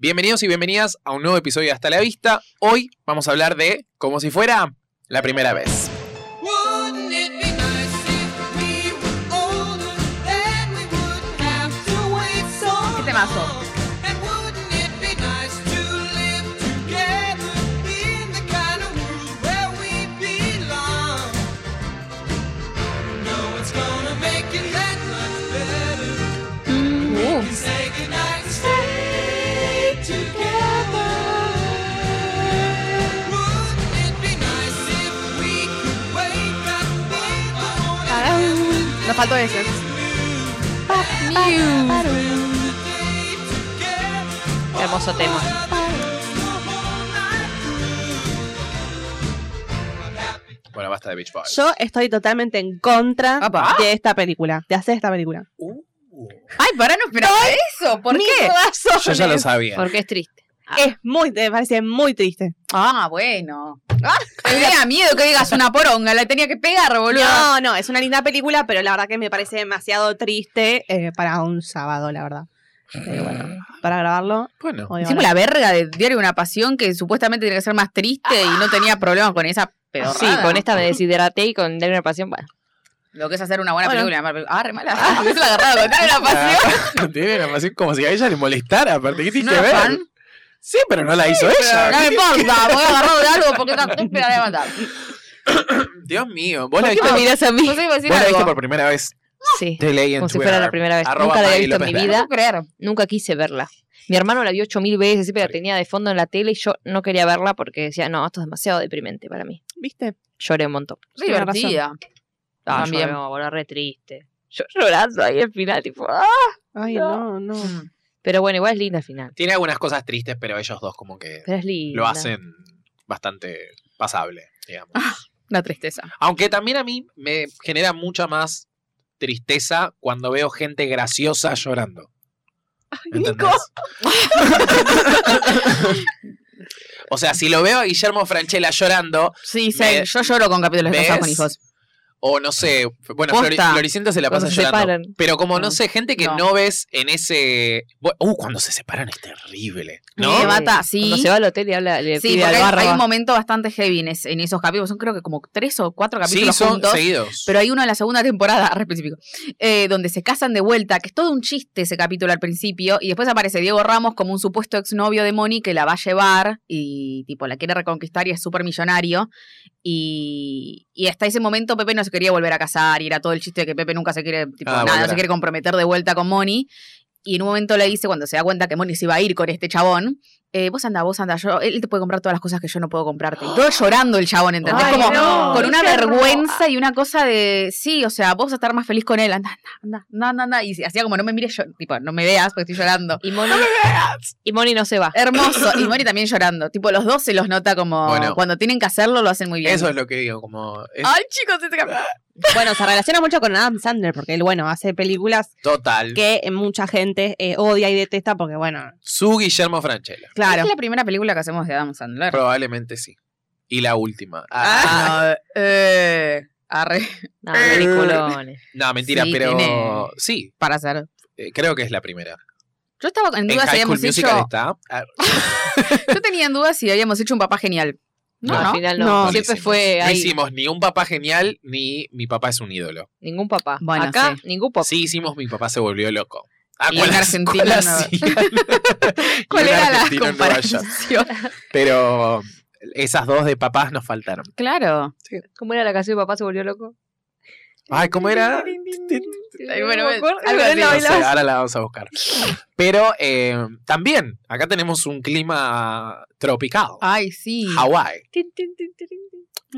Bienvenidos y bienvenidas a un nuevo episodio de Hasta la Vista. Hoy vamos a hablar de como si fuera la primera vez. Wouldn't it be nice if we were older? Then we wouldn't have to wait so Qué temazo. long. And wouldn't it be nice to live together in the kind of world where we belong? No, it's gonna make it that much better. Uh, Say goodnight and stay together. Wouldn't it be nice if we could wake up in the morning? Nos Ah, faltó ese. Hermoso tema. Bueno, basta de Beach Boys. Yo estoy totalmente en contra Apa. de esta película, de hacer esta película. Uh. Ay, pará, no esperaba eso. ¿Por Mis qué? razones. Yo ya lo sabía. Porque es triste. Es muy, me parece muy triste. Ah, bueno. me da miedo que digas una poronga. La tenía que pegar, boludo. No, no, es una linda película, pero la verdad que me parece demasiado triste eh, para un sábado, la verdad. Pero bueno, para grabarlo, Bueno, obvio, Hicimos ahora- la verga de Diario de una Pasión que supuestamente tiene que ser más triste y no tenía problemas con esa pedorrada. Sí, con esta me deshidraté y con Diario de una Pasión, bueno. Lo que es hacer una buena Bueno. película. Ah, re mala. Porque se la agarraba con Diario de una Pasión. Ah, tiene una pasión como si a ella le molestara. Aparte, ¿qué tiene ¿No que era ver? fan? Sí, pero no la hizo ella. No me importa, voy agarrado de algo porque no te la levantar. Dios mío, vos la viste, me miras a mí? No sé, iba a decir vos la viste algo. por primera vez. Sí, Te leí en como si Twitter. fuera la primera vez. Arroba Nunca la había Maggie visto en López mi Lerner. No puedo vida, creer. nunca quise verla. Mi hermano la vio ocho mil veces, siempre la tenía de fondo en la tele y yo no quería verla porque decía, no, esto es demasiado deprimente para mí. ¿viste? Lloré un montón. Re Tiene razón. divertida. Ah, También. También. Lloré, boludo, re triste. Yo llorando ahí al final, tipo, ah. Ay, no, No. no. Mm. Pero bueno, igual es linda al final. Tiene algunas cosas tristes, pero ellos dos como que Pero es linda. lo hacen bastante pasable, digamos. La tristeza. Aunque también a mí me genera mucha más tristeza cuando veo gente graciosa llorando. ¿Entendés? o sea, si lo veo a Guillermo Franchella llorando, Sí, sé, Me- yo lloro con capítulos ¿ves? casados con hijos. o no sé, bueno, Posta. Flori- Floricienta se la Cuando pasa se llorando. separan. Pero como no No. sé, gente que no, No. ves en ese... bu- Uh, cuando se separan es terrible. ¿No? Me mata, sí. Cuando se va al hotel y habla, le Sí, pide porque al hay, barra. hay un momento bastante heavy en, es- en esos capítulos. Son creo que como tres o cuatro Sí, capítulos son juntos. seguidos. Pero hay uno en la segunda temporada, re específico, eh, donde se casan de vuelta, que es todo un chiste ese capítulo al principio, y después aparece Diego Ramos como un supuesto exnovio de Moni que la va a llevar y tipo la quiere reconquistar y es súper millonario. Y, y hasta ese momento Pepe no se quería volver a casar y era todo el chiste de que Pepe nunca se quiere, tipo, Ah, nada, no volverá. se quiere comprometer de vuelta con Moni. Y en un momento le dice, cuando se da cuenta que Moni se iba a ir con este chabón, eh, vos anda, vos anda, yo, él te puede comprar todas las cosas que yo no puedo comprarte. Y todo llorando el chabón, ¿entendés? Ay, como, no, con una qué horror. vergüenza y una cosa de, sí, o sea, vos vas a estar más feliz con él, anda, anda, anda, anda, anda. Y hacía como, no me mires, yo, tipo, no me veas porque estoy llorando. Y Moni, y Moni no se va. Hermoso. Y Moni también llorando. Tipo, los dos se los nota como, Bueno. cuando tienen que hacerlo, lo hacen muy bien. Eso es lo que digo, como... es Ay, chicos, este cap- Bueno, se relaciona mucho con Adam Sandler, porque él, bueno, hace películas total. que mucha gente eh, odia y detesta, porque, bueno, Su Guillermo Franchella. claro. Es la primera película que hacemos de Adam Sandler. Ah. Probablemente sí. Y la última. Ah, Ah, no, eh, arre, No, ridiculones. No, mentira, Sí, pero tiene- sí, para hacer. eh, creo que es la primera. Yo estaba en En duda si High School habíamos Musical hecho. está. Ah, Yo tenía en duda si habíamos hecho un papá genial. No, No, no. al final no. No. no lo Siempre hicimos. fue No ahí. hicimos ni un papá genial ni mi papá es un ídolo. Ningún papá. Bueno, Acá, sí. ningún papá. Sí hicimos mi papá se volvió loco. Ah, Y en Argentina cuál no. hacía? Y ¿Cuál un era la argentino en Nueva comparación? York. Pero esas dos de papás nos faltaron. Claro. ¿Cómo era la canción de papá se volvió loco? Ay, ¿cómo era? Ay, bueno, No me acuerdo, algo pero así. la No sé, bailaba. ahora la vamos a buscar. Pero eh, también, acá tenemos un clima tropical. Ay, Ah, sí. Hawái. Tin, tin, tin, tin, tin.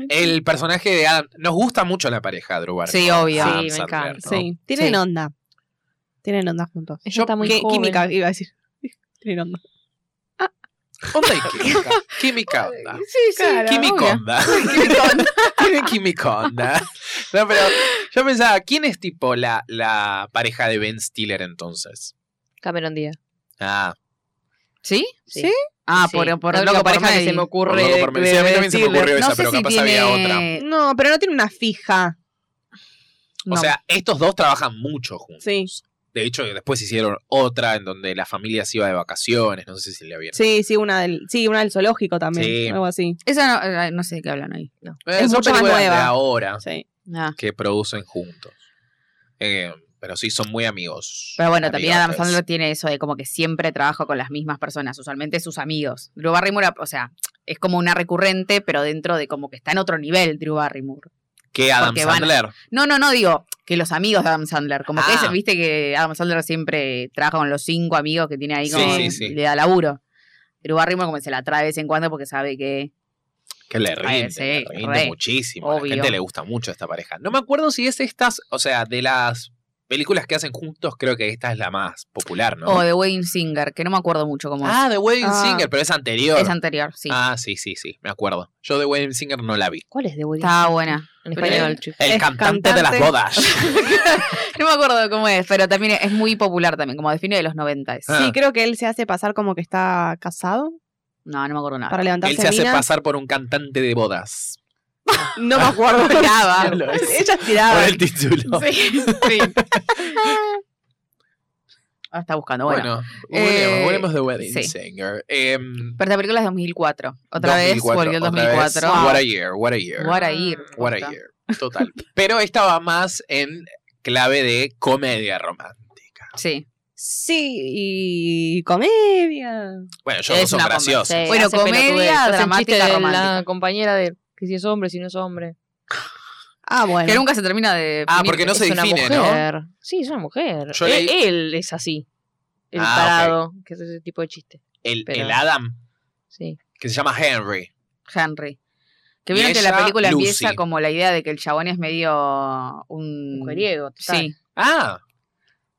El personaje de Adam. Nos gusta mucho la pareja, Drew Barrymore. Sí, obvio. Adam Sí, me Sandler, encanta. ¿no? Oh, Sí, tienen Sí. onda. Tienen onda juntos. Ella Yo- está muy ¿Qué joven. química iba a decir? Tienen onda. Onda y Oh, química. Química onda. Sí, sí. obvio. Quimiconda. Tiene quimiconda. No, pero yo pensaba, ¿quién es tipo la, la pareja de Ben Stiller entonces? Cameron Díaz. Ah, ¿Sí? Sí. Ah, Sí. por, por La única loco por pareja que Medi. se me por ocurre. loco por de- Messi. A mí de también se me decirle. ocurrió esa, No sé pero si capaz tiene... había otra. No, pero no tiene una fija. O no. sea, estos dos trabajan mucho juntos. Sí. De hecho, después hicieron otra en donde la familia se iba de vacaciones. No sé si la vieron. Sí, sí, una del, sí, una del zoológico también. Sí. Algo así. Esa no, eh, no sé de qué hablan ahí. No. Eh, es son mucho más películas de nueva. ahora Sí. Ah, que producen juntos. Eh, pero sí, son muy amigos. Pero bueno, también Adam amigotes. Sandler tiene eso de como que siempre trabaja con las mismas personas, usualmente sus amigos. Drew Barrymore, o sea, es como una recurrente, pero dentro de como que está en otro nivel Drew Barrymore. Que Adam porque van- Sandler. No, no, no, digo que los amigos de Adam Sandler, como que Ah. es- viste que Adam Sandler siempre trabaja con los cinco amigos que tiene ahí Sí, como sí, sí. le da laburo. Drew Barrymore como que se la trae de vez en cuando porque sabe que Que le Re, rinde, le sí, rinde re, muchísimo. A la obvio. gente le gusta mucho esta pareja. No me acuerdo si es estas, o sea, de las películas que hacen juntos, creo que esta es la más popular, ¿no? o The Wedding Singer, que no me acuerdo mucho cómo es. ah, The Wedding Ah. Singer, pero es anterior. es anterior, sí. Ah, sí, sí, sí, me acuerdo. Yo The Wedding Singer no la vi. ¿Cuál es de eh, Woody? Está buena. En Pero- español, chico. El Es cantante, de las cantante. bodas. No me acuerdo cómo es, pero también es muy popular también, como define de los 90. es. Ah. Sí, creo que él se hace pasar como que está casado No, no me acuerdo nada. para levantarse Él se hace minas. pasar por un cantante de bodas. No me acuerdo. Tiraba. Lo es. Ella tiraba. Por el título. Sí, sí. Ahora está buscando, bueno. Bueno, Eh, volvemos, volvemos de Wedding sí. Singer. Em, Pero esta película es 2004. Otra vez 2004, volvió el otra vez. 2004. What a year, what a year. What a year. What a year. eh, Total. Pero esta va más en clave de comedia romántica. Sí. Sí, y comedia. Bueno, yo no Es son una comedia, graciosos. Sí, Bueno, hace pelotudez. comedia Hacen dramática, chiste de romántica. La compañera de él, que si es hombre, si no es hombre. Ah, bueno. Que nunca se termina de. Ah, definir. porque no es se una define, ¿no? mujer. Sí, es una mujer. Yo él, leí- él es así. El Ah, parado, que es ese tipo de chiste. El, Pero- el Adam, Sí. que se llama Henry. Henry. Que Y vieron que la ella, película empieza Lucy. como la idea de que el chabón es medio un. Mujeriego, total. Mm. Sí. Ah.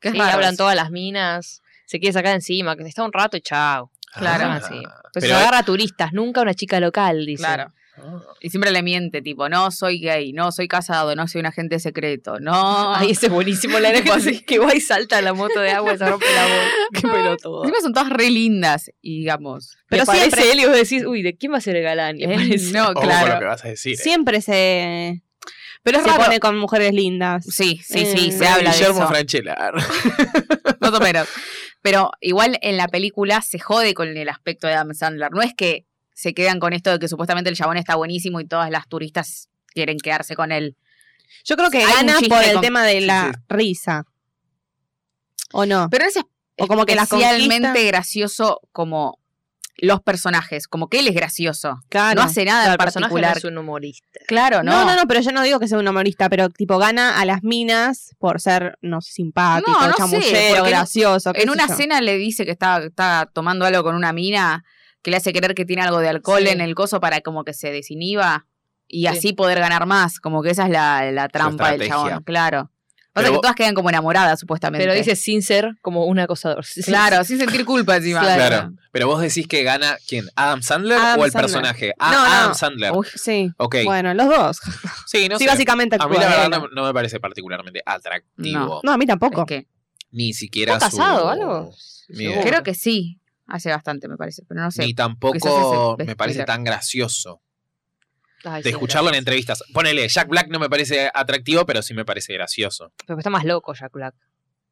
Que es Sí, raro hablan eso. todas las minas, se quiere sacar encima, que está un rato y chao. Claro. Ah, sí. Pues Pero, se agarra a turistas, nunca a una chica local, dice. Claro. Oh. ah, Y siempre le miente, tipo, no soy gay, no soy casado, no soy un agente secreto, no. Ay, ese es buenísimo. La tipo así que va y salta la moto de agua y se rompe la boca. Qué pelotudo. Encima son todas re lindas, y digamos. Pero Pero aparece siempre- él y vos decís, uy, ¿de quién va a ser el galán? Le Eh, parece. No, ojo con lo que claro. vas a decir. eh. Siempre se, Pero es se raro. pone con mujeres lindas. Sí, sí, sí, Eh, se habla de Guillermo eso. Franchelar. Más o menos. Pero igual en la película se jode con el aspecto de Adam Sandler. No es que se quedan con esto de que supuestamente el chabón está buenísimo y todas las turistas quieren quedarse con él. Yo creo que Hay un gana chiste por el con- tema de la sí. risa. ¿O no? Pero es O como que las especialmente conquista. gracioso como los personajes, como que él es gracioso. claro. No hace nada Ah, No, en el personaje no particular. es un humorista. Claro, No, ¿no? no, no, pero yo no digo que sea un humorista, pero tipo gana a las minas por ser, no sé, simpático, No, no sé, chamullero, porque en- Ah, gracioso. qué En sé una yo. cena le dice que está, está tomando algo con una mina que le hace creer que tiene algo de alcohol Sí. en el coso para como que se desinhiba y Sí. así poder ganar más. Como que esa es la, la trampa del estrategia. chabón, claro. Pero Pasa que vos- todas quedan como enamoradas, supuestamente. Pero dice sin ser como un acosador. Claro, sin sentir culpa encima. Claro. Claro. Pero vos decís que gana quién? ¿Adam Sandler Adam o el Sandler. personaje? Ah, No, no. Adam Sandler. Uy, Sí. ok. Bueno, los dos. sí, no sí, sé. básicamente A mí actúa la verdad él. no, no me parece particularmente atractivo. No, a mí tampoco. es que- Ni siquiera ¿Está casado su- o algo? Ni idea. Seguro. creo que sí. Hace bastante, me parece, pero no sé. ni quizás es tampoco el best me parece Twitter. tan gracioso Ay, de sí, escucharlo en gracias. entrevistas. Ponele, Jack Black no me parece atractivo, pero sí me parece gracioso. Pero está más loco Jack Black.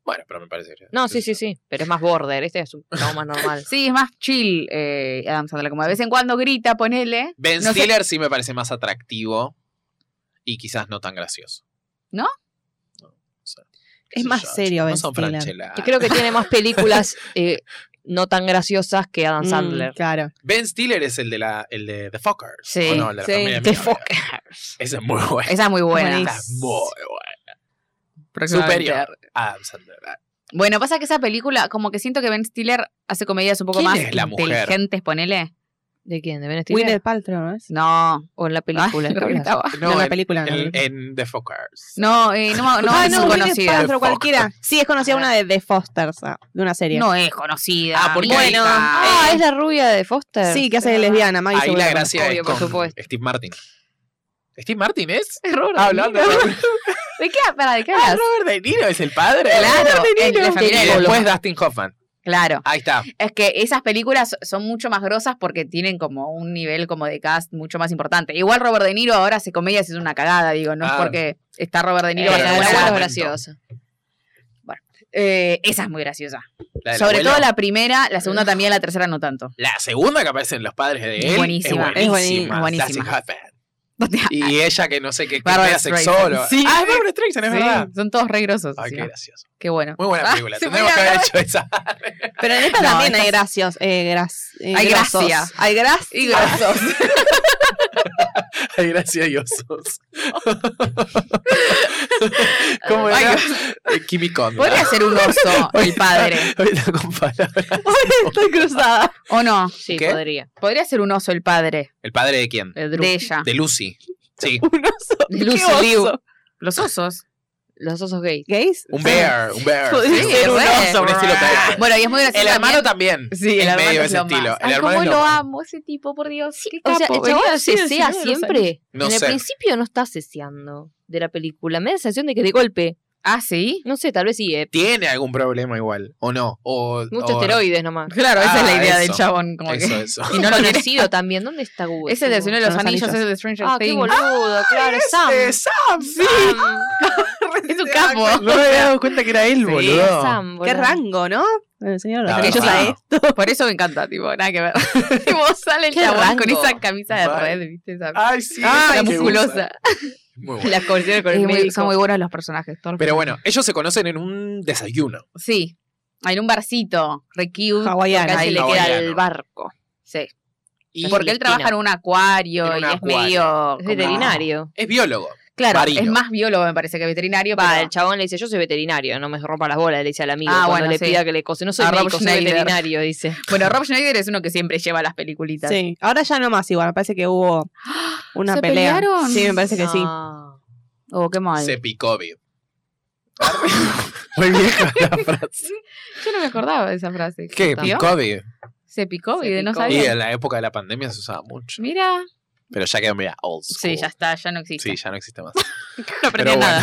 Bueno, pero me parece gracioso. No, sí, sí, sí. Pero es más border. Este es un trauma más normal. Sí, es más chill eh, Adam Sandler. Como de vez en cuando grita, ponele. Ben No sé. Stiller sí me parece más atractivo y quizás no tan gracioso. ¿No? No, no sé. Es Sí, más yo- serio No Ben son Stiller. Franchella. Yo creo que tiene más películas eh, no tan graciosas que Adam Mm, Sandler. claro. Ben Stiller es el de, la, el de The Fockers. Sí, ¿o no? El de la sí. familia The Mitchell. Fockers. Ese es muy bueno. Esa es muy buena. Buenísima. Está muy bueno. Próximamente. Superior. Adam Sandler. Bueno, pasa que esa película, como que siento que Ben Stiller hace comedias un poco ¿Quién más es la mujer? inteligentes, ponele. ¿De quién? ¿De Ben Stiller? Winnet Paltrow, ¿no es? No. ¿O en la película? Ay, ¿Qué hablas? estaba. No, en la en- película. no. en, en The Fockers. No, eh, no, ma- no, ah, es no, Gwyneth conocida. Paltrow, cualquiera. Sí, es conocida una de The Fosters, ah, de una serie. No es conocida. Ah, porque Bueno, ahí está. Ah, es la rubia de Foster. Sí, que hace de Ah. lesbiana, Maggie Ahí seguro la que gracia obvio, es por con supuesto. Steve Martin. ¿Steve Martin es? Es Robert De Ah, Hablando de Niro. Robert eh, ¿De qué, pará, ¿de qué hablas? Ah, Robert De Niro, es el padre. Claro, Robert De en la Niro. familia Y de después Colman. Dustin Hoffman. Claro. Ahí está. Es que esas películas son mucho más grosas porque tienen como un nivel como de cast mucho más importante. Igual Robert De Niro ahora hace comedias y es una cagada, digo, no es Claro. porque está Robert De Niro. Ah. Eh, en alguna bueno, buena- bueno. graciosa. Eh, esa es muy graciosa. La del Sobre abuelo. todo la primera, la segunda también, la tercera no tanto. La segunda que aparecen los padres de Es él. buenísima, Es es buenísima. That's buenísima, buenísima. it happened. Y ella que no sé qué, que Barbra era Streisand. sexóloga. Sí. Ah, es Barbra Streisand, es Sí, verdad. son todos re grosos. Ay, qué encima. gracioso. Qué bueno. Muy buena Ah, película. se Tendríamos que podría haber haber- hecho esa. Pero en esta No, también esta hay es- gracias. eh, gras- eh, Hay grosos. gracia. Hay gracia. Y grosos. Ay, graciosos. ¿Cómo era? Eh, Kimi Kondo. Podría ser un oso el padre. Ahorita con palabras. Estoy cruzada. ¿O no? Sí, ¿Qué? podría. Podría ser un oso el padre ¿El padre de quién? El Drew. de ella. De Lucy. Sí, Un oso. De Lucy ¿Qué oso? Liu. Los osos. Los osos gay. ¿Gays? un bear, un bear. Podría Sí, ser un re, oso, un estilo bear. Bueno, y es muy gracioso. El hermano también- también. Sí, el en hermano medio de es ese lo más. estilo. El Ay, hermano cómo es lo más. amo ese tipo, por Dios. qué capo, o sea, el venía chabón así del cesea Señor de los siempre. No en sé. el principio no está ceseando de la película. Me da la sensación de que de golpe, Ah, sí. no sé, tal vez sí, eh, Tiene algún problema igual, ¿o no? O, muchos o- esteroides nomás. Claro, esa Ah, es la idea del eso. chabón. Como Eso, que... eso. Y no lo conocido también. ¿Dónde está Google? Ese es el Señor de los, Son los Anillos, anillos. ese es de Stranger Ah, qué Things. boludo, claro, es Sam. Es Sam, sí. es un capo. No me había dado cuenta que era él, Sí, boludo. Ah, Sam, Qué boludo. rango, ¿no? El señor de los La anillos verdad. a él. Por eso me encanta, tipo, nada que ver. Tipo, sale el Qué chabón con rango. esa camisa de Vale. red, ¿viste? Esa... Ay, sí. Ah, esa la que usa. musculosa. Muy bueno. Las conversaciones con Es el muy- médico. son muy buenos los personajes. Pero bueno, ellos se conocen en un desayuno. Sí. En un barcito. Re cute. Hawaiana. Acá se Ahí. le queda Hawaiano. el barco. Sí. Y Porque él Cristina. trabaja en un acuario En un y es acuario. medio. Es como- veterinario. es biólogo. Claro, marino. es más biólogo, me parece, que veterinario. Va, pero- el chabón le dice, yo soy veterinario, no me rompa las bolas, le dice al amigo Ah, bueno, cuando le sí. pida que le cose. No soy A Rob médico, soy Schneider. veterinario, dice. Bueno, Rob Schneider es uno que siempre lleva las peliculitas. Sí, ahora ya no más igual, me parece que hubo una ¿Se pelea. pelearon? Sí, me parece que sí. Ah. Oh, qué mal. Se picó bien. Muy vieja la frase. Yo no me acordaba de esa frase. ¿Qué? ¿Se picó? Picó bien. Se picó Se y de no picó. Y sabía. en la época de la pandemia se usaba mucho. Mira. Pero ya quedó media old school. Sí, ya está, ya no existe. Sí, ya no existe más. no aprendí Pero nada.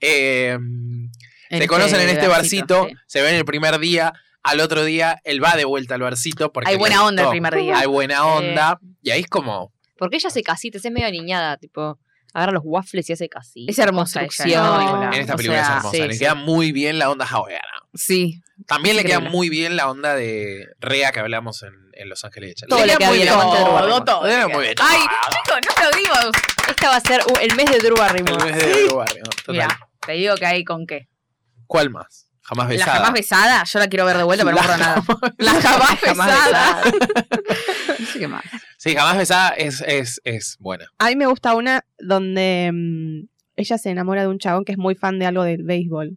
Eh, En se conocen en este este barcito, sí. se ven el primer día, al otro día él va de vuelta al barcito porque Hay le buena onda el gustó. primer día. Hay buena onda. Y ahí es como, Porque ella hace casitas, es medio niñada, tipo, agarra los waffles y hace casitas. Es hermosa ella, construcción. ¿no? película. en este- esta Ah, o película sea, es hermosa. sí, le sí. queda muy bien la onda hawaiana. Sí. También le queda Increíble. muy bien la onda de Rea que hablamos en, en Los Ángeles de Charlie. Todo le queda bien, la onda de Drew Barrymore. Le queda muy bien. Ay, chicos, no aplaudimos. Esta va a ser uh, el mes de Drew El Barrymore. mes de Drew Barrymore, total. Mira, te digo que hay con qué. ¿Cuál más? Jamás La besada. jamás besada, yo la quiero ver de vuelta, pero no La me acuerdo nada. La jamás besada. No sé qué más. Sí, jamás besada es, es, es buena. A mí me gusta una donde mm, ella se enamora de un chabón que es muy fan de algo del béisbol.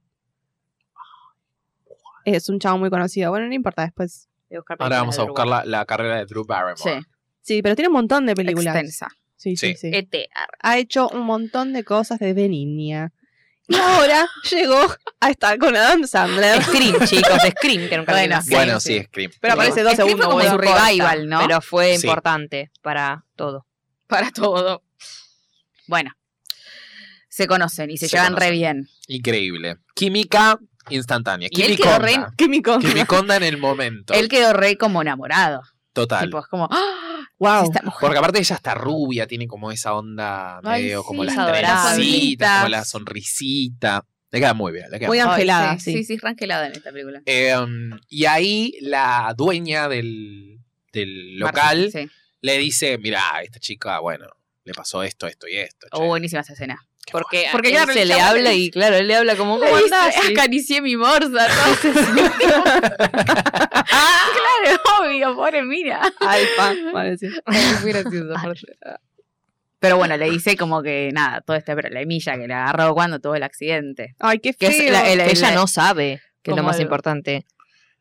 Es un chabón muy conocido. Bueno, no importa después. Voy a buscar Ahora vamos películas de a Drew buscar la, la carrera de Drew Barrymore. Sí, E Sí, pero tiene un montón de películas. extensa. Sí, sí, Sí. sí. Eh, Barrymore. ET, arre. Ha hecho un montón de cosas desde niña. Y ahora llegó a estar con Adam Sandler. Scream, chicos, Scream, que nunca Bueno, vimos. Sí, Bueno, sí. sí, Scream. Pero aparece dos Scream fue segundos. como boludo. su revival, ¿no? Pero fue Sí. importante para todo. Para todo. Bueno. Se conocen y se, Se llevan conocen. re bien. Increíble. Química instantánea. Y él Química. quedó re- ¿Qué mi con- Química en el momento. Él quedó re como enamorado. Total. Tipo, es como, ¡ah! Wow. Esta mujer. Porque aparte ella está rubia, tiene como esa onda Ay, medio sí, como las esa dorada. trencitas, como la Sonritas. sonrisita. Le queda muy bien, le queda muy Muy bien. angelada. Ay, sí, sí, sí, es rangelada en esta película. Eh, um, y ahí la dueña del, del local Marta, sí. le dice, mira, esta chica, bueno, le pasó esto, esto y esto. che". Oh, buenísima esa escena. Qué Porque, Porque, él claro, se el le chabón habla es- y claro, él le habla como, ¿cómo Ay, andás? sí, Y- Acaricié mi morsa. todo ese- claro, obvio, pobre mira. Alfa, parece. Muy gracioso, aparte. Pero bueno, le dice como que nada, todo este problemilla que le agarró cuando tuvo el accidente. Ay, qué que feo. es la- el- que ella la- no sabe, que es lo ¿Cómo más el- importante.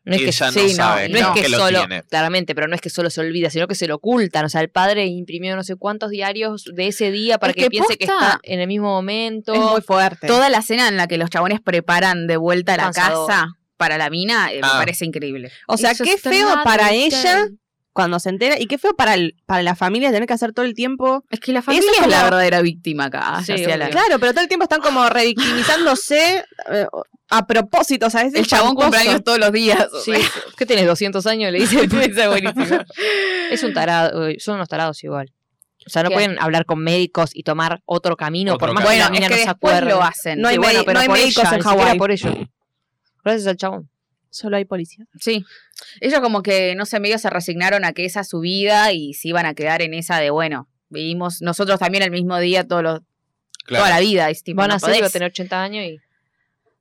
No es que, Ella no sí, sabe, no, no, es que, que lo solo, tiene. claramente, pero no es que solo se olvida, sino que se lo ocultan. O sea, el padre imprimió no sé cuántos diarios de ese día para Es que, que piense que posta, está en el mismo momento. Es muy fuerte. Toda la escena en la que los chabones preparan de vuelta a la Cansador. casa para la mina eh, Ah. me parece increíble. o sea, qué feo para ella cuando se entera y qué feo para, el- para la familia tener que hacer todo el tiempo. Es que la familia familia es, es la como- verdadera víctima acá. ah, Sí, ya sea la- obvio. Claro, pero todo el tiempo están como revictimizándose eh, a propósito, ¿sabes? El chabón cumpleaños todos los días. o Sí, sea. ¿Qué tenés 200 años? Le dice. Esa es buenísima. es un tarado, eh, son unos tarados igual. O sea, no ¿Qué? pueden hablar con médicos y tomar otro camino Otro por más camino. que la Bueno, mina es que no se después acuerde. lo hacen. No hay Sí, medi- no hay por médicos ella, en ni siquiera Hawái. por ello. Gracias al chabón. Solo hay policía. Sí. Ellos como que, no sé, medio se resignaron a que esa es su vida y se iban a quedar en esa de, bueno, vivimos nosotros también el mismo día todos los, Claro. toda la vida. Es tipo, Van no a ser, va a podés. tener 80 años y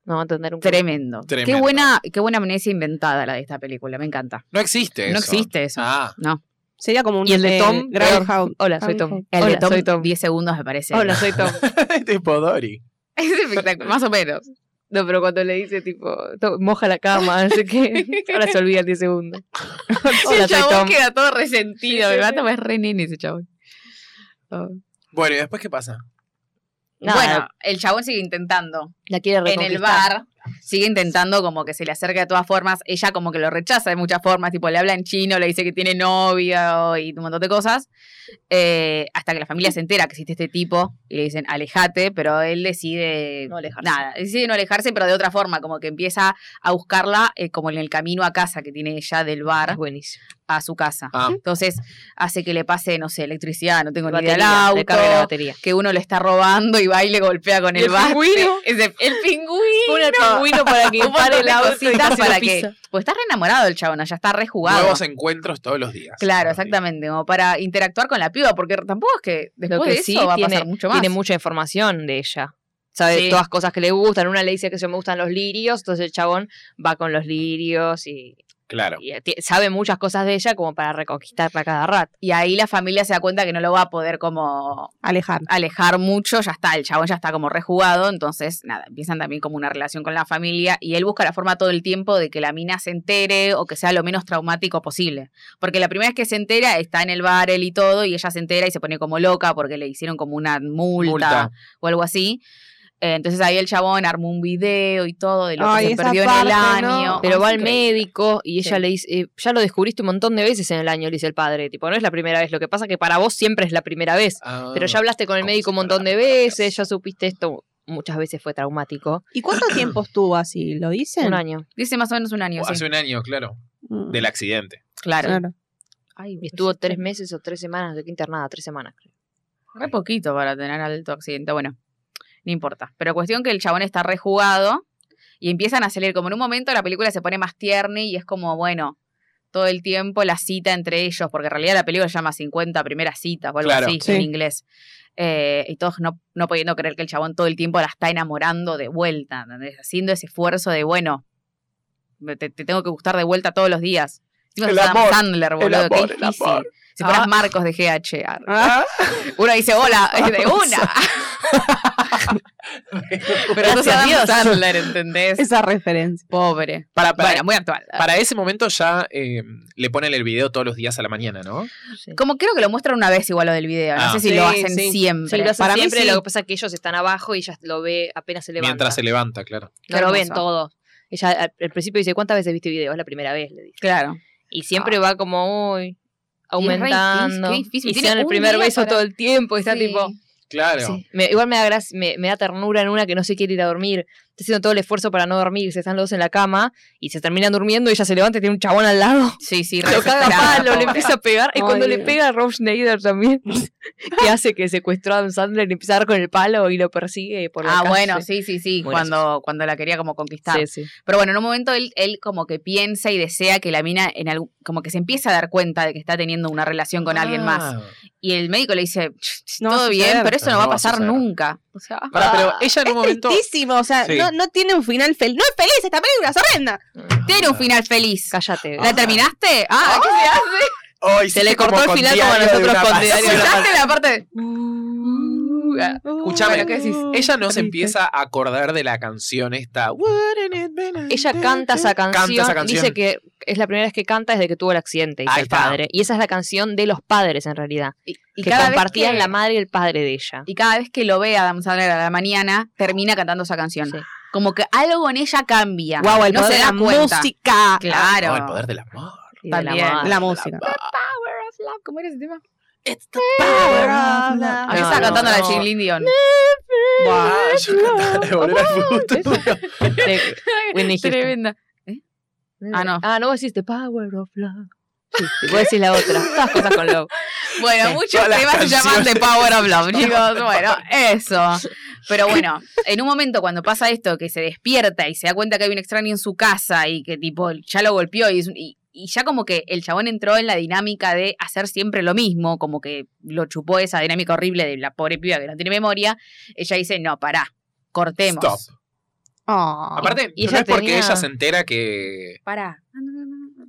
no va a tener un Tremendo. Tremendo. Qué buena, qué buena amnesia inventada la de esta película, me encanta. No existe eso. No existe eso. Ah, Sería como un. Y el de eh, Tom, Groundhog. Hola, soy Tom. El Hola, de Tom, soy Tom. 10 segundos me parece. Hola, soy Tom. tipo Dory. Es espectacular, más o menos. No, pero cuando le dice, tipo, to- moja la cama, así que ahora se olvida el 10 segundos. Hola, el soy chabón Tom. queda todo resentido. Sí, sí, el sí. gato es re nene ese chabón. Oh. Bueno, ¿y después qué pasa? Nada, Bueno, el chabón sigue intentando. la quiere En el reconquistar. bar, sigue intentando como que se le acerca de todas formas. Ella como que lo rechaza de muchas formas. Tipo, le habla en chino, le dice que tiene novia y un montón de cosas. Eh, hasta que la familia se entera que existe este tipo y le dicen alejate, pero él decide No alejarse. nada, decide no alejarse, pero de otra forma, como que empieza a buscarla eh, como en el camino a casa que tiene ella del bar Es buenísimo. a su casa. Ah, Entonces hace que le pase, no sé, electricidad, no tengo ni idea, Batería, al le carga la auto, batería. que uno le está robando y va y le golpea con ¿Y el, el bate. pingüino? Es el, el pingüino. Pone al pingüino para que Un montón pare de la cositas para que. Pues está re enamorado el chabón, ya está re jugado. nuevos encuentros todos los días. Claro, Todos los exactamente, como para interactuar con la piba, porque tampoco es que después Lo que de eso sí va a tiene, pasar mucho más. tiene mucha información de ella. Sabe Sí. todas cosas que le gustan. Una le dice que yo me gustan los lirios, entonces el chabón va con los lirios y, días. Claro. y eh, ti- sabe muchas cosas de ella como para reconquistarla cada rato. Y ahí la familia se da cuenta que no lo va a poder como Alejar. alejar mucho, ya está, el chabón ya está como rejugado, entonces nada, empiezan también como una relación con la familia y él busca la forma todo el tiempo de que la mina se entere o que sea lo menos traumático posible, porque la primera vez que se entera está en el bar él y todo y ella se entera y se pone como loca porque le hicieron como una multa, Multa. o algo así. Eh, Entonces ahí el chabón armó un video y todo de lo Ay, que se esa perdió en el parte, ¿no? año. Pero Ay, va es al increíble. médico y ella Sí. le dice, eh, ya lo descubriste un montón de veces en el año, le dice el padre, tipo, no es la primera vez, lo que pasa que para vos siempre es la primera vez, Ah, pero ya hablaste con el como médico un si fuera montón la de primera veces, vez. ya supiste esto, muchas veces fue traumático, ¿Y cuánto tiempo estuvo así? ¿Lo dicen? un año, Dice más o menos un año, O sí. Hace un año, claro, Mm, del accidente. Claro. claro. Ay, Y pues estuvo tres meses o tres semanas, de qué internada, tres semanas. creo. Re poquito para tener alto accidente. Bueno, no importa. Pero cuestión que el chabón está rejugado y empiezan a salir. Como en un momento la película se pone más tierna y es como, bueno, todo el tiempo la cita entre ellos, porque en realidad la película se llama 50 primeras citas o algo Claro. así Sí. en inglés. Eh, y todos no, no pudiendo creer que el chabón todo el tiempo la está enamorando de vuelta, ¿entendés? haciendo ese esfuerzo de, bueno, te, te tengo que gustar de vuelta todos los días. Encima El sos Adam amor, Sandler, boludo, qué amor, el difícil. amor. Si fueras Ah. Marcos de GH. ar. Ah, Uno dice hola, es de una. Pero eso Gracias, Dios. Sandler, ¿entendés? Esa referencia. Pobre. para, para, Bueno, muy actual. ah. para ese momento ya eh, le ponen el video todos los días a la mañana, ¿no? Sí. Como creo que lo muestran una vez igual lo del video. No Ah. sé si Sí, lo hacen sí. siempre. Sí, lo hacen Para mí siempre, sí. lo que pasa es que ellos están abajo y ella lo ve apenas se levanta. Mientras se levanta, claro. No lo ven Hermoso. todo. Ella al, al principio dice, ¿cuántas veces viste video? Es la primera vez, le dice. Claro. Y siempre Ah. va como, uy, difícil, aumentando. qué difícil. Y Tiene se dan el un primer día beso para- todo el tiempo. y está Sí. tipo. Claro. sí. Me- igual me da, gracia- me, me da ternura en una que no se quiere ir a dormir. Está haciendo todo el esfuerzo para no dormir. Se están los dos en la cama y se terminan durmiendo. y Ella se levanta y tiene un chabón al lado. Sí, sí, Lo caga a desesperada, palo, le pobre. empieza a pegar. Y cuando Ay, le Dios. pega a Rob Schneider también, que hace que secuestró a Adam Sandler y empieza a dar con el palo y lo persigue por la Ah, calle. bueno, sí, sí, sí. Muy Cuando, cuando la quería como conquistar. Sí, sí. Pero bueno, en un momento él, él como que piensa y desea que la mina en algún, como que se empieza a dar cuenta de que está teniendo una relación con Ah. alguien más. Ah. Y el médico le dice, No va a todo bien, suceder. pero eso no, No va a va a pasar suceder. nunca. O sea, ah. Para, Ah, pero ella en un momento. Tristísimo, o sea, Sí. no, no tiene un final feliz. No es feliz esta película, es horrenda. tiene un final feliz. Cállate. ¿La terminaste? Ah, ¿qué se hace? Ay, Se le sí, cortó el con final diario como de nosotros una con pasión. diario de una ¿Escuchaste la parte? Uh, ah. de- Escuchame, Uh, Bueno, ¿qué decís? ella no se empieza a acordar de la canción esta. "Uh, Wouldn't it be nice? Ella canta esa, canción, canción. dice que es la primera vez que canta desde que tuvo el accidente, dice Ahí el está. padre. Y esa es la canción de los padres, en realidad. Y, y que cada vez compartían que- la madre y el padre de ella. y cada vez que lo ve a Adam Sandler a la mañana, termina cantando esa canción. Sí. Como que algo en ella cambia. Guau, el no poder se de da la cuenta. música. Claro. No, el poder del amor. Y de la También. madre. La música. Power of love. ¿Cómo era ese tema? It's the power of love. Ahí Ah, No, estaba no, cantando la no. Jane Dion. Ah, yo cantaba de volver al futuro. De Whitney Houston. Tremenda. Ah, no. Ah, no, vos decís The Power of Love. Sí, vos decís la otra. Todas cosas con love. Bueno, muchos Todas las temas se llaman canciones. The Power of Love, chicos. Bueno, eso. Pero bueno, en un momento cuando pasa esto, que se despierta y se da cuenta que hay un extraño en su casa y que tipo ya lo golpeó y, es un- y- y ya como que el chabón entró en la dinámica de hacer siempre lo mismo, como que lo chupó esa dinámica horrible de la pobre piba que no tiene memoria, ella dice, no, pará, cortemos. Stop. Oh. Aparte, Y no ella es porque tenía- ella se entera que. Pará.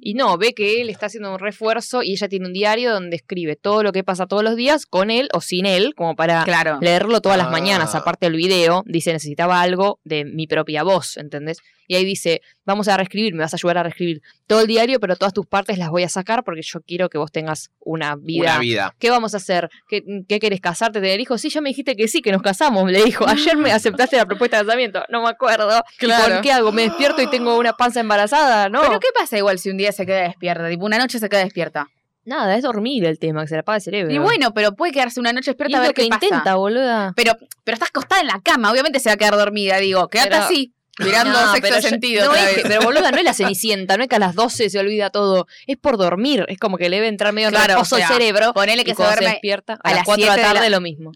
Y no, ve que él está haciendo un refuerzo y ella tiene un diario donde escribe todo lo que pasa todos los días con él o sin él, como para Claro. leerlo todas las Ah. mañanas. Aparte del video, dice, necesitaba algo de mi propia voz, ¿entendés? Y ahí dice, vamos a reescribir, me vas a ayudar a reescribir todo el diario, pero todas tus partes las voy a sacar porque yo quiero que vos tengas una vida. Una vida. ¿Qué vamos a hacer? ¿Qué, qué querés casarte? ¿Tener hijos? Sí, ya me dijiste que sí, que nos casamos. Le dijo, ayer me aceptaste la propuesta de casamiento. No me acuerdo. ¿Y Claro. ¿Por qué hago? ¿Me despierto y tengo una panza embarazada? No. Pero ¿qué pasa igual si un día se queda despierta? Tipo, una noche se queda despierta. Nada, es dormir el tema, que se le apaga el cerebro. Y bueno, pero puede quedarse una noche Y despierta es a ver lo que qué pasa. intenta, boluda. Pero, pero estás acostada en la cama, obviamente se va a quedar dormida, digo, quédate Pero- así, mirando No, sexto pero ya- sentido. no otra es vez. que- pero boluda, no es la cenicienta, no es que a las 12 se olvida todo. Es por dormir. Es como que le debe entrar medio en Claro, reposo o sea, el cerebro. Ponele Y que se cuando se duerme. despierta a a, las las 4 de la 7 de la- tarde lo mismo.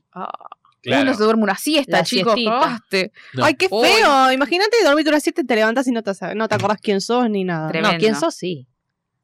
Claro. Uno se duerme una siesta, La chicos. siestita. cagaste. No. Ay, qué Uy. feo. Imagínate dormir una siesta y te levantas y no te, sa- no te acordás quién sos ni nada. Tremendo. No, quién sos, sí.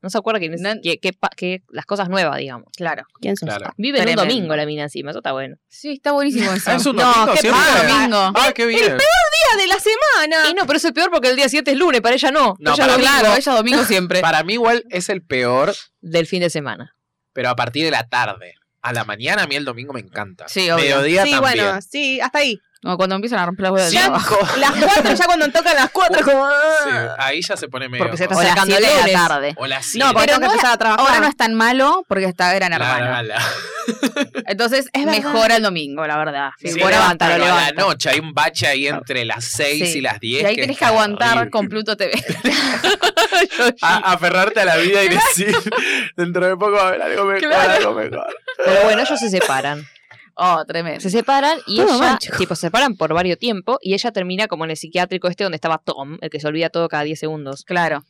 No se acuerda que, No- que- que pa- que las cosas nuevas, digamos. Claro. ¿Quién sos? Claro. Vive en un Tremendo. domingo la mina encima, eso está bueno. Sí, está buenísimo eso. Ah, es un no, domingo, qué siempre. paja, domingo. Ah, qué bien. ¡Día de la semana! Y no, pero eso es peor porque el día 7 es lunes, para ella no. No, Ella para domingo Claro, ella domingo siempre. Para mí, igual es el peor, del fin de semana. pero a partir de la tarde. A la mañana, a mí el domingo me encanta. Sí, obvio. Mediodía Sí, también. bueno, sí, hasta ahí. No, cuando empiezan a romper las huevas de Cinco- trabajo. Las cuatro, ya cuando tocan las cuatro, es como. Sí, ahí ya se pone medio. Porque se cosa. está- O las Sacando 7 de lunes. la tarde. O las No, porque Pero tengo que no empezar a trabajar. Ahora no es tan malo porque está gran hermano. Entonces Es verdad. mejora el domingo, la verdad. Sí, Mejora levanta, levantar, pero a la levanta. noche hay un bache ahí entre las 6 Sí. y las 10. Y ahí tenés que aguantar con completamente. Pluto TV. A, aferrarte a la vida y decir, dentro de poco va a haber algo mejor, Claro. algo mejor. Pero bueno, ellos se separan. Oh, tremendo. Se separan y Todo ella, mal, chicos. tipo, se separan por varios tiempo y ella termina como en el psiquiátrico este donde estaba Tom, el que se olvida todo cada 10 segundos. Claro.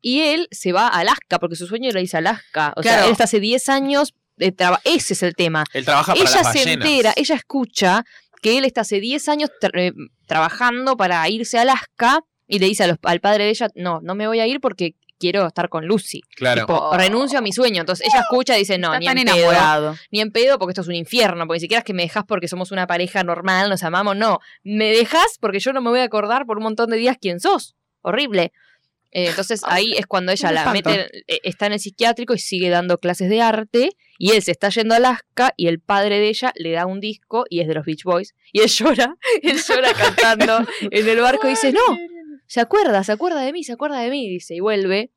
Y él se va a Alaska porque su sueño era irse a Alaska. O Claro. sea, él está hace 10 años, de traba- ese es el tema. Él trabaja para ella las se ballenas. entera, ella escucha que él está hace 10 años tra- eh, trabajando para irse a Alaska y le dice a los- al padre de ella, no, no me voy a ir porque quiero estar con Lucy. Claro. Tipo, Oh. renuncio a mi sueño. Entonces ella escucha y dice, no, está ni tan en pedo, enamorado. ni en pedo porque esto es un infierno, porque ni siquiera es que me dejas porque somos una pareja normal, nos amamos, no. Me dejas porque yo no me voy a acordar por un montón de días quién sos. Horrible. Eh, entonces ahí es cuando ella un la espanto. mete, eh, está en el psiquiátrico y sigue dando clases de arte y él se está yendo a Alaska y el padre de ella le da un disco y es de los Beach Boys y él llora, él llora cantando en el barco y dice, no, se acuerda, se acuerda de mí, se acuerda de mí, dice, y vuelve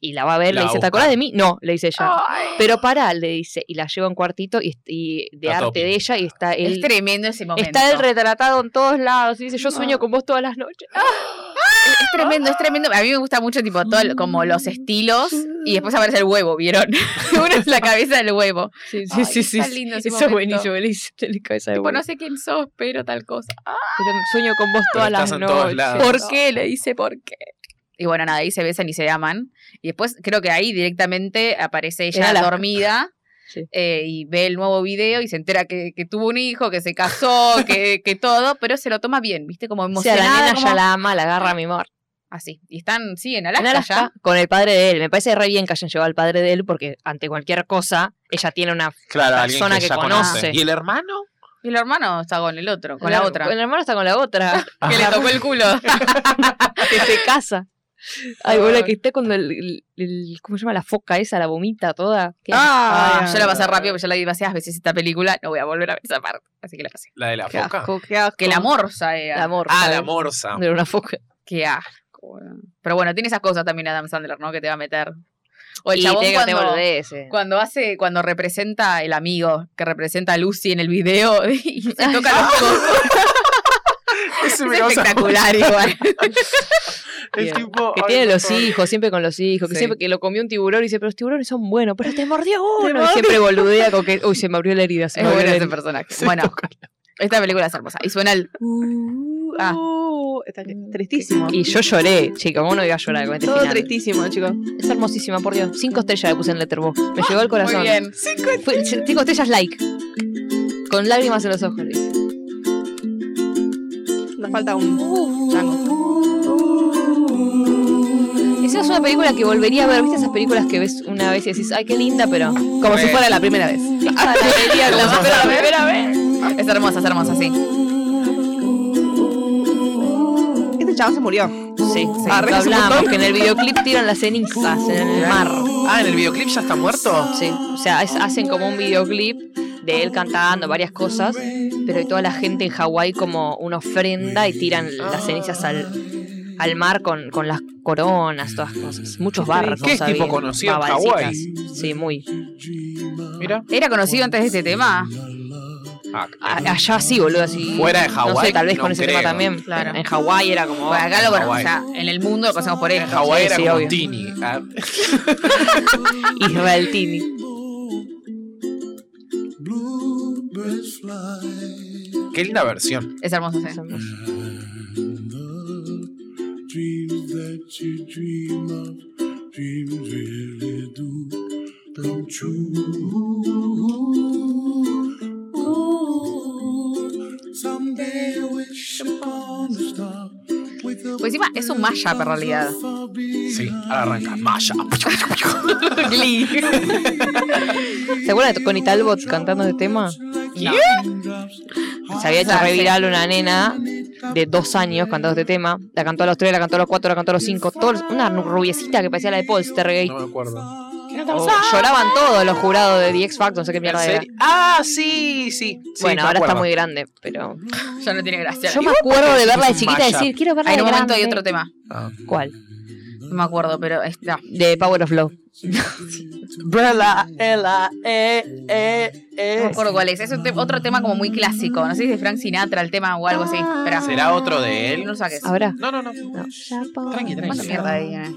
y la va a ver, La le va a dice, ¿te buscar. acordás de mí? No, le dice ella. Ay. Pero pará, le dice, y la lleva a un cuartito y, y de Está arte topi. de ella y está Es él. tremendo ese momento. Ah. Está él retratado en todos lados y dice, yo sueño con vos todas las noches. Es tremendo, es tremendo. A mí me gusta mucho, tipo, todo, el- como los estilos. Y después aparece el huevo, ¿vieron? Uno es la cabeza del huevo. Sí, Ay, está lindo ese momento. Tipo, no Bueno, sé quién sos, pero tal cosa. pero sueño con vos todas estás las en todos noches. lados. ¿Por qué? Le dice, ¿por qué? Y bueno, nada, ahí se besan y se aman. Y después creo que ahí directamente aparece En ella Alaska. dormida. Sí. eh, y ve el nuevo video y se entera que, que tuvo un hijo, que se casó, que, que todo, pero se lo toma bien, ¿viste? Como O sea, emocionada. la nena como- ya la ama, la agarra a mi amor. Así. Y están, sí, en En Alaska, Alaska, ya. con el padre de él. Me parece re bien que hayan llevado al padre de él porque ante cualquier cosa, ella tiene una... Claro, alguien persona que, que ya conoce. conoce. ¿Y el hermano? Y el hermano está con el otro, con la, otra. El hermano está con la otra. Que le tocó el culo. que se casa. Ay, boludo, que esté cuando el, el- el- ¿Cómo se llama? La foca esa, la vomita toda. Qué Ah, Ah, yo la pasé rápido porque ya la vi demasiadas veces esta película. No voy a volver a ver esa parte. Así que la pasé. La de la Qué foca. asco, qué asco. Que la morsa era. La morsa. Ah, ¿eh? la morsa. Era una foca. Qué asco. Pero bueno, tiene esas cosas también Adam Sandler, ¿no? Que te va a meter. O el Y chabón te- te cuando, volvés, eh. cuando hace, cuando representa el amigo que representa a Lucy en el video y se toca los codos. Ese me Es causa- espectacular igual. Es tipo, Que ay, tiene por los favor. hijos, siempre con los hijos, que Sí. siempre que lo comió un tiburón y dice, pero los tiburones son buenos, pero te mordió uno. Y siempre boludea con que, uy, se me abrió la herida. Se Es me abrió bueno la ese herida". personaje. Bueno, esta película es hermosa. Y suena el. ah. Uh, Uh, está tristísimo. Y yo lloré, chica, ¿cómo no iba a llorar con este Todo final? tristísimo, chicos. Es hermosísima, por Dios. Cinco estrellas le puse en Letterboxd. Me llegó al corazón. Muy bien. Fue- cinco estrellas like. Con lágrimas en los ojos. Luis. Nos falta un uh, tango. Esa es una película que volvería a ver. ¿Viste esas películas que ves una vez y decís, ay, qué linda, pero. Como si fuera la primera vez. esta la vería Como si fuera la vez. primera vez. Es hermosa, es hermosa, sí. Este chabón se murió. Sí, sí. Arre, lo es un hablamos, montón. que en el videoclip tiran las cenizas en el mar. Ah, en el videoclip ya está muerto. Sí, o sea, es- hacen como un videoclip de él cantando varias cosas, pero y toda la gente en Hawái como una ofrenda y tiran las cenizas al, al mar con, con las coronas, todas cosas. Muchos barros, ¿Qué es no sabía. tipo conocido en Babalcitas. Hawái? Sí, muy. Mira, ¿Era conocido antes de este tema? Ah, A- allá sí, boludo, así. fuera de No Hawái. sé, tal vez no con ese creo. tema también. Claro. En Hawái era como. Bueno, acá lo conocemos, o Hawái. sea, en el mundo lo conocemos por En esto. Hawái Sí, era sí, como obvio. Tini. Ah, Israel Tini. Bluebirds fly, qué linda versión. Es hermoso, sí. and the dreams that you dream of, dreams really do come true. Ooh, someday I wish upon a star with a Pues encima es un mashup en realidad. far beyond. Sí, ahora arranca. Maya. Glee. ¿Se acuerdan de Connie Talbot cantando este tema? No. Se había hecho Ah, re sí. viral una nena de dos años cantando este tema. La cantó a los tres, la cantó a los cuatro, la cantó a los cinco. Todos- una rubiecita que parecía la de Polstergate. No me acuerdo. Oh, lloraban todos los jurados de The X Factor, no sé qué ¿En mierda era. serio? Ah, sí, sí. sí, bueno, me ahora está acuerdo. muy grande, pero. Ya no tiene gracia. Yo me acuerdo de verla de un chiquita y decir, mashup. quiero verla Ah, de en un momento grande. hay otro tema. Ah. ¿Cuál? No me acuerdo, pero está. De Power of Love. Brella, ella, eh, eh, No me eh. acuerdo cuál es. Es un te- otro tema como muy clásico. No sé si es de Frank Sinatra el tema o algo así. Espera. ¿Será otro de No lo él? saques. Ahora. No, no, no. Tranqui, ¿Cuánta tranqui. mierda hay? eh?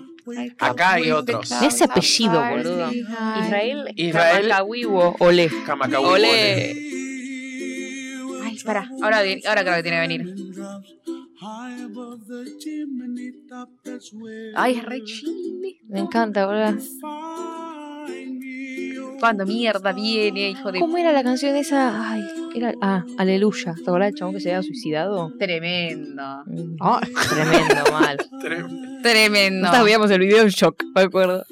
Acá hay otros. De ese apellido, boludo. Israel. Israel. Kamakawiwo Ole. Kamakawi. Ole. Ay, espera. Ahora, vi- ahora creo que tiene que venir. Ay, es re chile. Me encanta, boludo. Cuando mierda viene, hijo de. ¿Cómo era la canción esa? Ay, era. Ah, Aleluya. ¿Te acordás del chabón que se había suicidado? Tremendo. Mm, Ah, Tremendo, mal. Tremendo. Nosotros veíamos el video en shock, me acuerdo.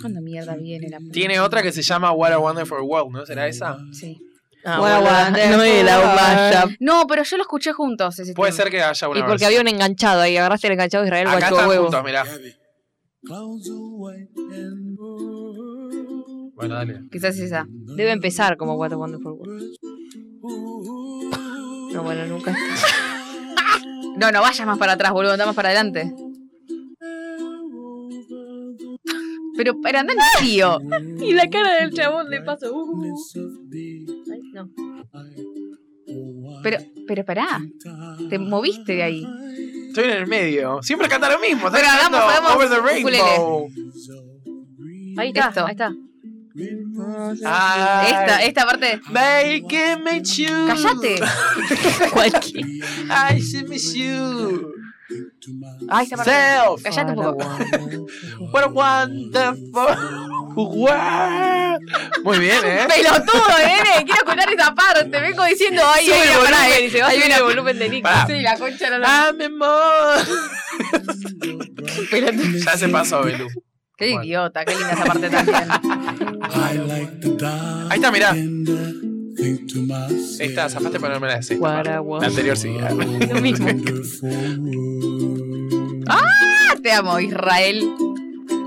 Cuando mierda viene la puta. Tiene otra que se llama What a Wonderful World, ¿no? ¿Será esa? Sí. Ah, Guau, guau, no era un mashup. No, pero yo lo escuché juntos. ese Puede tema. ser que haya una Y porque versión. había un enganchado ahí, agarraste el enganchado de Israel, Acá guacho están huevo. juntos, mirá. Clouds are white and blue. Bueno, dale. Quizás es esa. Debe empezar como What a Wonderful World. No, bueno, nunca. No, no vayas más para atrás, boludo. Anda más para adelante. Pero, pero anda en serio. y la cara del chabón de paso. no. Pero, pero pará. Te moviste de ahí. Estoy en el medio. Siempre canta lo mismo. Está Pero cantando hagamos- hagamos Over the ukulele. Rainbow. Ahí está, Esto. ahí está. Ay. Esta, esta parte. Make me you. ¡Cállate! Cualquier. I should miss you. Ay, esta parte. Self. Cállate un poco. What a wonderful world. Muy bien, ¿eh? Pelotudo, nene. Quiero contar esa parte. Te vengo diciendo. Ay, Sube ay, ay, pará, eh. el volumen y se va Ahí viene- subiendo el volumen de Nick. Pará. Ah. Sí, la concha no la. I'm in more. Pelotudo. Ya se pasó, Belu. Qué idiota. Qué linda esa parte también. Ahí está, mirá. Ahí Esta, zafaste para no me la decís. What a La wonderful anterior sí. ¿eh? Lo mismo. Ah, Te amo, Israel.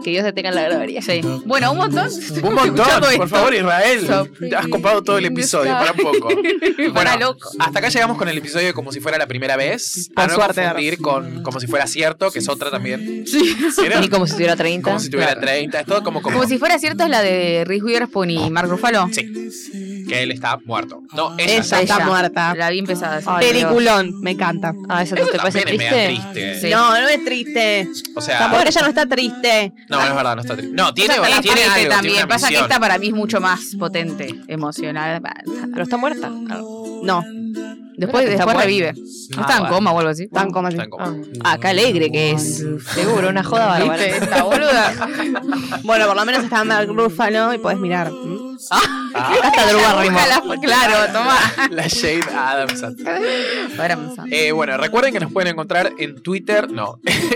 Que Dios te tenga en la gloria. Sí. Bueno, un montón. Un montón, Escuchando por esto. favor, Israel. Something Te has copado todo el in the episodio, sky. para poco. Para Bueno, loco. hasta acá llegamos con el episodio de como si fuera la primera vez. Por a no suerte, confundir con como si fuera cierto, que es otra también. ¿Vieron? Ni como si tuviera 30. Como si tuviera Claro. 30, es todo como, como Como si fuera cierto es la de Reese Witherspoon y Mark Ruffalo. Sí. Que él está muerto. Ah, No, ella Ella está- está muerta. La vi empezada. sí. Ay, Peliculón, me encanta. Ah, esa no Eso te parece también es triste. medio triste. Sí. No, no es triste. O sea, Tampoco ella no está triste. no, no es verdad, no está triste. No, tiene, Esa está tiene triste algo, también. tiene una Pasa que misión. esta para mí es mucho más potente, emocional. Pero está muerta. Ah, No. Después, Pero está después bueno. revive. No está en bueno. coma o algo así. Está en coma, sí. Está en coma. Ah, ah, qué alegre que es. Seguro, una joda bárbara. ¿Viste? Esta boluda. Bueno, por lo menos está Mark Ruffalo y podés mirar. ¿Mm? Ah, Hasta Drew Barrymore. Ojalá, claro, toma. la Jade Adams. Ahora pensamos. Eh, bueno, recuerden que nos pueden encontrar en Twitter. No, en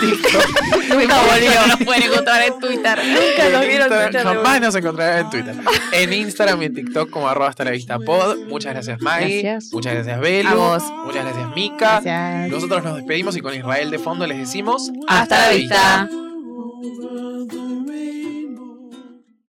TikTok. Nunca volvió. Nos pueden encontrar en Twitter. Nunca En Instagram- jamás nos encontrarán en Twitter. En Instagram y en TikTok como arroba hasta la vista pod. Muchas gracias Maggie. Gracias. Muchas gracias Belu. A vos. Muchas gracias Mika. Gracias. Nosotros nos despedimos y con Israel de fondo les decimos Hasta la vista. Over